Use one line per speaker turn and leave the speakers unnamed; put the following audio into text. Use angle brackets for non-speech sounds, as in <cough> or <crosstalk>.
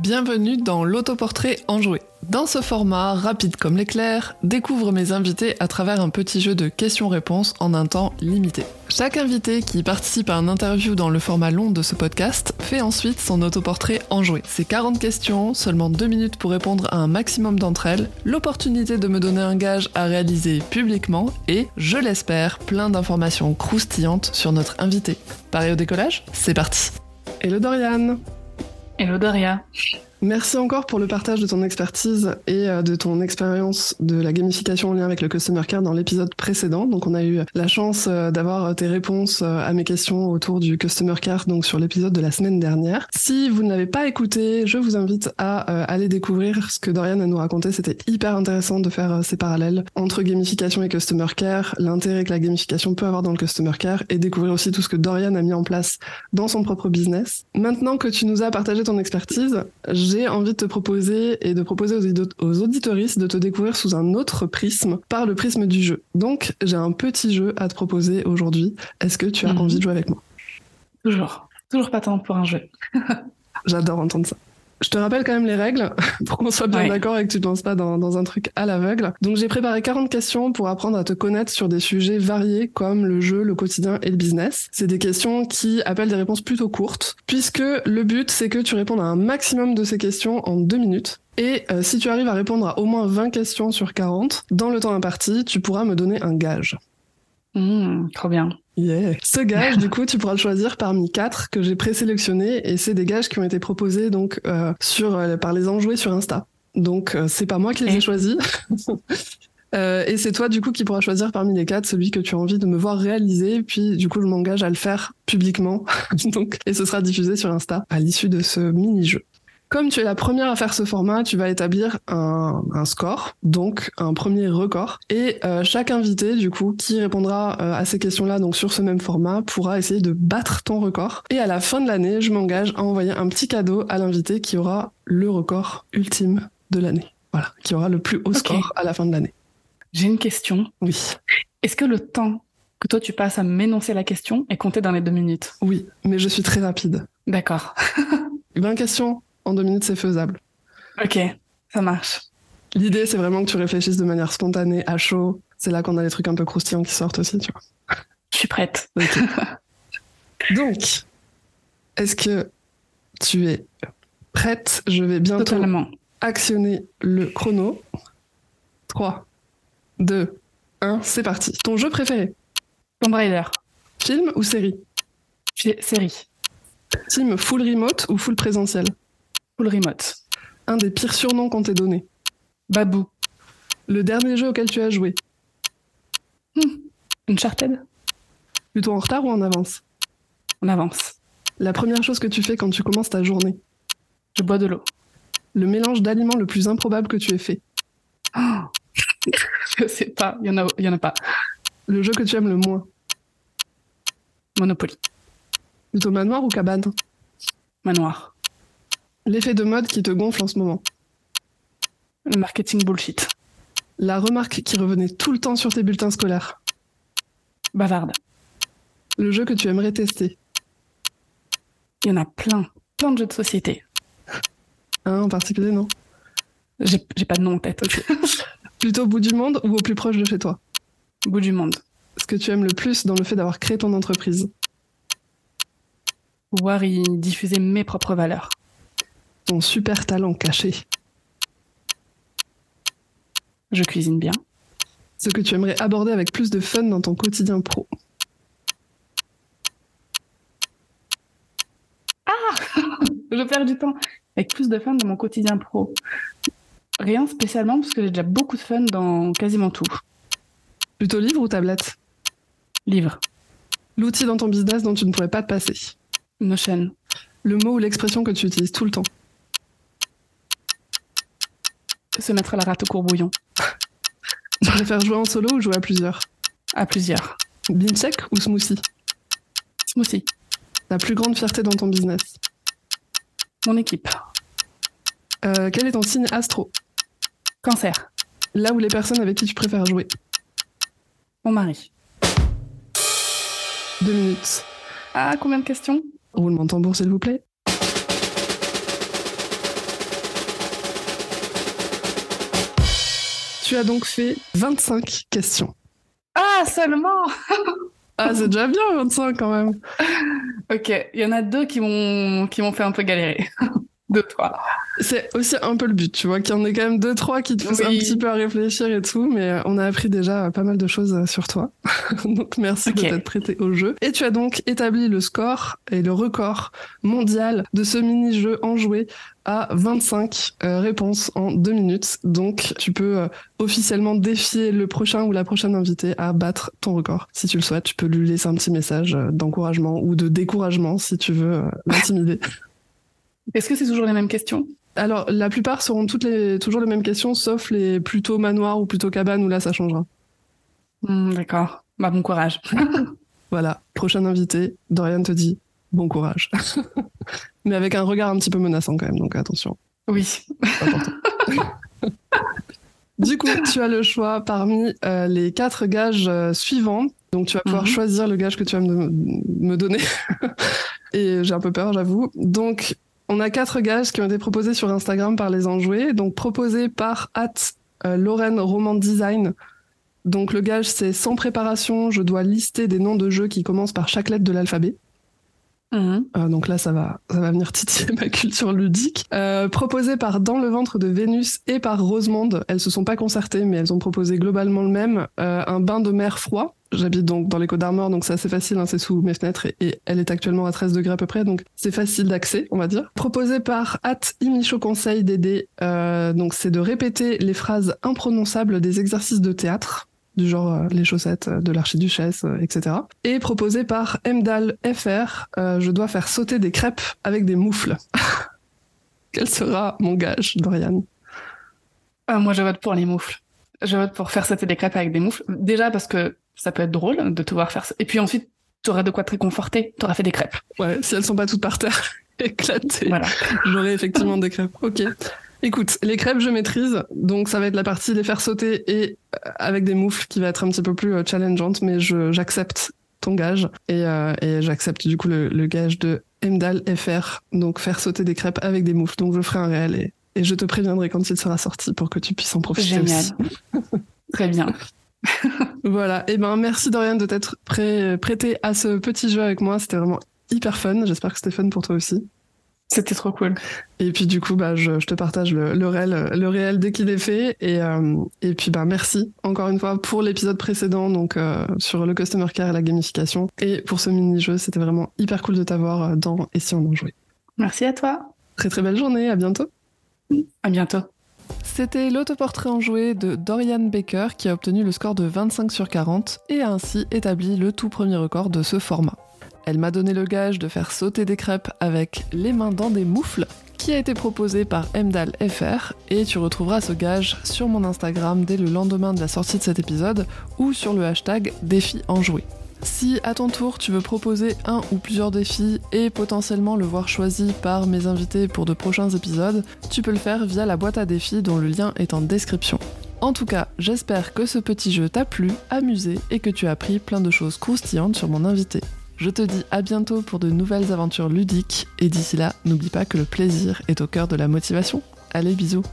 bienvenue dans l'autoportrait enjoué. Dans ce format, rapide comme l'éclair, découvre mes invités à travers un petit jeu de questions-réponses en un temps limité. Chaque invité qui participe à un interview dans le format long de ce podcast fait ensuite son autoportrait enjoué. C'est 40 questions, seulement 2 minutes pour répondre à un maximum d'entre elles, l'opportunité de me donner un gage à réaliser publiquement et, je l'espère, plein d'informations croustillantes sur notre invité. Pareil au décollage C'est parti Hello Dorian
Hello Doria.
Merci encore pour le partage de ton expertise et euh, de ton expérience de la gamification en lien avec le Customer Care dans l'épisode précédent. Donc, on a eu la chance euh, d'avoir tes réponses euh, à mes questions autour du Customer Care, donc sur l'épisode de la semaine dernière. Si vous ne l'avez pas écouté, je vous invite à euh, aller découvrir ce que Dorian a nous raconté. C'était hyper intéressant de faire euh, ces parallèles entre gamification et Customer Care, l'intérêt que la gamification peut avoir dans le Customer Care et découvrir aussi tout ce que Dorian a mis en place dans son propre business. Maintenant que tu nous as partagé ton expertise, je j'ai envie de te proposer et de proposer aux, aux auditoristes de te découvrir sous un autre prisme, par le prisme du jeu. Donc, j'ai un petit jeu à te proposer aujourd'hui. Est-ce que tu as mmh. envie de jouer avec moi
Toujours. Toujours pas temps pour un jeu.
J'adore entendre ça. Je te rappelle quand même les règles <laughs> pour qu'on soit bien ouais. d'accord et que tu ne lances pas dans, dans, un truc à l'aveugle. Donc j'ai préparé 40 questions pour apprendre à te connaître sur des sujets variés comme le jeu, le quotidien et le business. C'est des questions qui appellent des réponses plutôt courtes puisque le but c'est que tu répondes à un maximum de ces questions en deux minutes. Et euh, si tu arrives à répondre à au moins 20 questions sur 40, dans le temps imparti, tu pourras me donner un gage.
Mmh, trop bien.
Yeah. Ce gage, du coup, tu pourras le choisir parmi quatre que j'ai présélectionnés et c'est des gages qui ont été proposés donc euh, sur euh, par les enjoués sur Insta. Donc euh, c'est pas moi qui les ai choisis. Euh, et c'est toi du coup qui pourras choisir parmi les quatre celui que tu as envie de me voir réaliser. Puis du coup, je m'engage à le faire publiquement. <laughs> donc et ce sera diffusé sur Insta à l'issue de ce mini jeu. Comme tu es la première à faire ce format, tu vas établir un, un score, donc un premier record. Et euh, chaque invité, du coup, qui répondra euh, à ces questions-là, donc sur ce même format, pourra essayer de battre ton record. Et à la fin de l'année, je m'engage à envoyer un petit cadeau à l'invité qui aura le record ultime de l'année. Voilà, qui aura le plus haut okay. score à la fin de l'année.
J'ai une question.
Oui.
Est-ce que le temps que toi tu passes à m'énoncer la question est compté dans les deux minutes
Oui, mais je suis très rapide.
D'accord. <laughs>
ben, question en deux minutes, c'est faisable.
Ok, ça marche.
L'idée, c'est vraiment que tu réfléchisses de manière spontanée, à chaud. C'est là qu'on a des trucs un peu croustillants qui sortent aussi, tu vois.
Je suis prête.
Okay. Donc, est-ce que tu es prête Je vais bientôt
Totalement.
actionner le chrono. 3, 2, 1, c'est parti. Ton jeu préféré
Tomb Raider.
Film ou série
Série.
Team full remote ou full présentiel
Full remote.
Un des pires surnoms qu'on t'ait donné.
Babou.
Le dernier jeu auquel tu as joué.
Hmm. Uncharted.
Plutôt en retard ou en avance
En avance.
La première chose que tu fais quand tu commences ta journée.
Je bois de l'eau. <laughs>
Le mélange d'aliments le plus improbable que tu aies fait.
Oh. Je sais pas, il y, en a, y en a pas.
Le jeu que tu aimes le moins.
Monopoly.
Plutôt manoir ou cabane
Manoir.
L'effet de mode qui te gonfle en ce moment.
Le marketing bullshit.
La remarque qui revenait tout le temps sur tes bulletins scolaires.
Bavarde.
Le jeu que tu aimerais tester.
Il y en a plein, plein de jeux de société.
Un Hein, en particulier, non
J'ai pas de nom en tête. Okay.
Plutôt au bout du monde ou au plus proche de chez toi
<laughs> Bout du monde.
Ce que tu aimes le plus dans le fait d'avoir créé ton entreprise
Pouvoir y diffuser mes propres valeurs
ton super talent caché
Je cuisine bien.
Ce que tu aimerais aborder avec plus de fun dans ton quotidien pro.
Ah Je perds du temps. Avec plus de fun dans mon quotidien pro. Rien spécialement parce que j'ai déjà beaucoup de fun dans quasiment tout.
Plutôt livre ou tablette
Livre.
L'outil dans ton business dont tu ne pourrais pas te passer
Notion.
Le mot ou l'expression que tu utilises tout le temps
se mettre à la rate au courbouillon.
tu préfères jouer en solo ou jouer à plusieurs
À plusieurs.
Bean check ou smoothie
Smoothie.
La plus grande fierté dans ton business
Mon équipe.
Euh, quel est ton signe astro
Cancer.
Là où les personnes avec qui tu préfères jouer
Mon mari.
Deux minutes.
Ah, combien de questions
Roulement de tambour, s'il vous plaît. Tu as donc fait 25 questions.
Ah, seulement
Ah, c'est déjà bien 25 quand même.
Ok, il y en a deux qui m'ont qui m'ont fait un peu galérer. <laughs> deux, trois.
C'est aussi un peu le but, tu vois, qu'il y en ait quand même deux, trois qui te poussent
Oui.
un petit peu à réfléchir et tout, mais euh, on a appris déjà pas mal de choses euh, sur toi. <laughs> donc merci
Ok.
de t'être prêté au jeu. Et tu as donc établi le score et le record mondial de ce mini-jeu enjoué à 25 euh, réponses en deux minutes. Donc tu peux euh, officiellement défier le prochain ou la prochaine invitée à battre ton record. Si tu le souhaites, tu peux lui laisser un petit message euh, d'encouragement ou de découragement si tu veux euh, l'intimider.
Est-ce que c'est toujours les mêmes questions
Alors, la plupart seront toutes les, toujours les mêmes questions, sauf les plutôt manoir ou plutôt cabane, où là, ça changera.
Hmm, D'accord. Bah, bon courage.
Voilà, prochain invité, Dorian te dit bon courage. <laughs> Mais avec un regard un petit peu menaçant quand même, donc attention.
oui.
Du coup, tu as le choix parmi euh, les quatre gages euh, suivants. Donc, tu vas pouvoir
Mhm.
choisir le gage que tu vas me, me donner. <laughs> Et j'ai un peu peur, j'avoue. Donc, on a quatre gages qui ont été proposés sur Instagram par les enjoués. Donc, proposés par at euh, Lorraine Roman Design. Donc, le gage, c'est sans préparation, je dois lister des noms de jeux qui commencent par chaque lettre de l'alphabet.
Mhm.
Euh, donc là, ça va, ça va venir titiller <laughs> ma culture ludique. Euh, proposé par Dans le ventre de Vénus et par Rosemonde, elles se sont pas concertées, mais elles ont proposé globalement le même, euh, un bain de mer froid. J'habite donc dans les Côtes d'Armor, donc c'est assez facile, hein, c'est sous mes fenêtres, et, et elle est actuellement à 13 degrés à peu près, donc c'est facile d'accès, on va dire. Proposé par At Imichaud Conseil d'aider, euh, donc c'est de répéter les phrases imprononçables des exercices de théâtre du genre euh, les chaussettes euh, de l'archiduchesse, euh, etc. Et proposé par Mdal FR, euh, je dois faire sauter des crêpes avec des moufles. <laughs> Quel sera mon gage, Dorian
Ah, moi, je vote pour les moufles. Je vote pour faire sauter des crêpes avec des moufles. Déjà parce que ça peut être drôle de te voir faire ça. Et puis ensuite, t'auras de quoi te réconforter. T'auras fait des crêpes.
Ouais, si elles sont pas toutes par terre <laughs> éclatées,
Voilà.
j'aurai effectivement des crêpes. Ok. Écoute, les crêpes, je maîtrise, donc ça va être la partie les faire sauter et euh, avec des moufles qui va être un petit peu plus euh, challengeante, mais je- j'accepte ton gage et, euh, et j'accepte du coup le, le gage de Mdal FR, donc faire sauter des crêpes avec des moufles. Donc je ferai un réel et, et je te préviendrai quand il sera sorti pour que tu puisses en profiter
Génial.
aussi.
Très bien.
Voilà, et ben merci Dorian de t'être prêt, prêté à ce petit jeu avec moi, c'était vraiment hyper fun, j'espère que c'était fun pour toi aussi.
C'était trop cool.
Et puis du coup, bah, je, je te partage le, le, réel, le réel dès qu'il est fait, et, euh, et puis bah, merci encore une fois pour l'épisode précédent donc euh, sur le Customer Care et la gamification, et pour ce mini-jeu, c'était vraiment hyper cool de t'avoir euh, dans Et si on en jouait.
Merci à toi.
Très très belle journée, à bientôt
À bientôt.
C'était l'autoportrait enjoué de Dorian Baker qui a obtenu le score de 25 sur 40 et a ainsi établi le tout premier record de ce format. Elle m'a donné le gage de faire sauter des crêpes avec les mains dans des moufles qui a été proposé par Mdal FR et tu retrouveras ce gage sur mon Instagram dès le lendemain de la sortie de cet épisode ou sur le hashtag défi enjoué. Si à ton tour tu veux proposer un ou plusieurs défis et potentiellement le voir choisi par mes invités pour de prochains épisodes, tu peux le faire via la boîte à défis dont le lien est en description. En tout cas, j'espère que ce petit jeu t'a plu, amusé et que tu as appris plein de choses croustillantes sur mon invité. Je te dis à bientôt pour de nouvelles aventures ludiques et d'ici là, n'oublie pas que le plaisir est au cœur de la motivation. Allez, bisous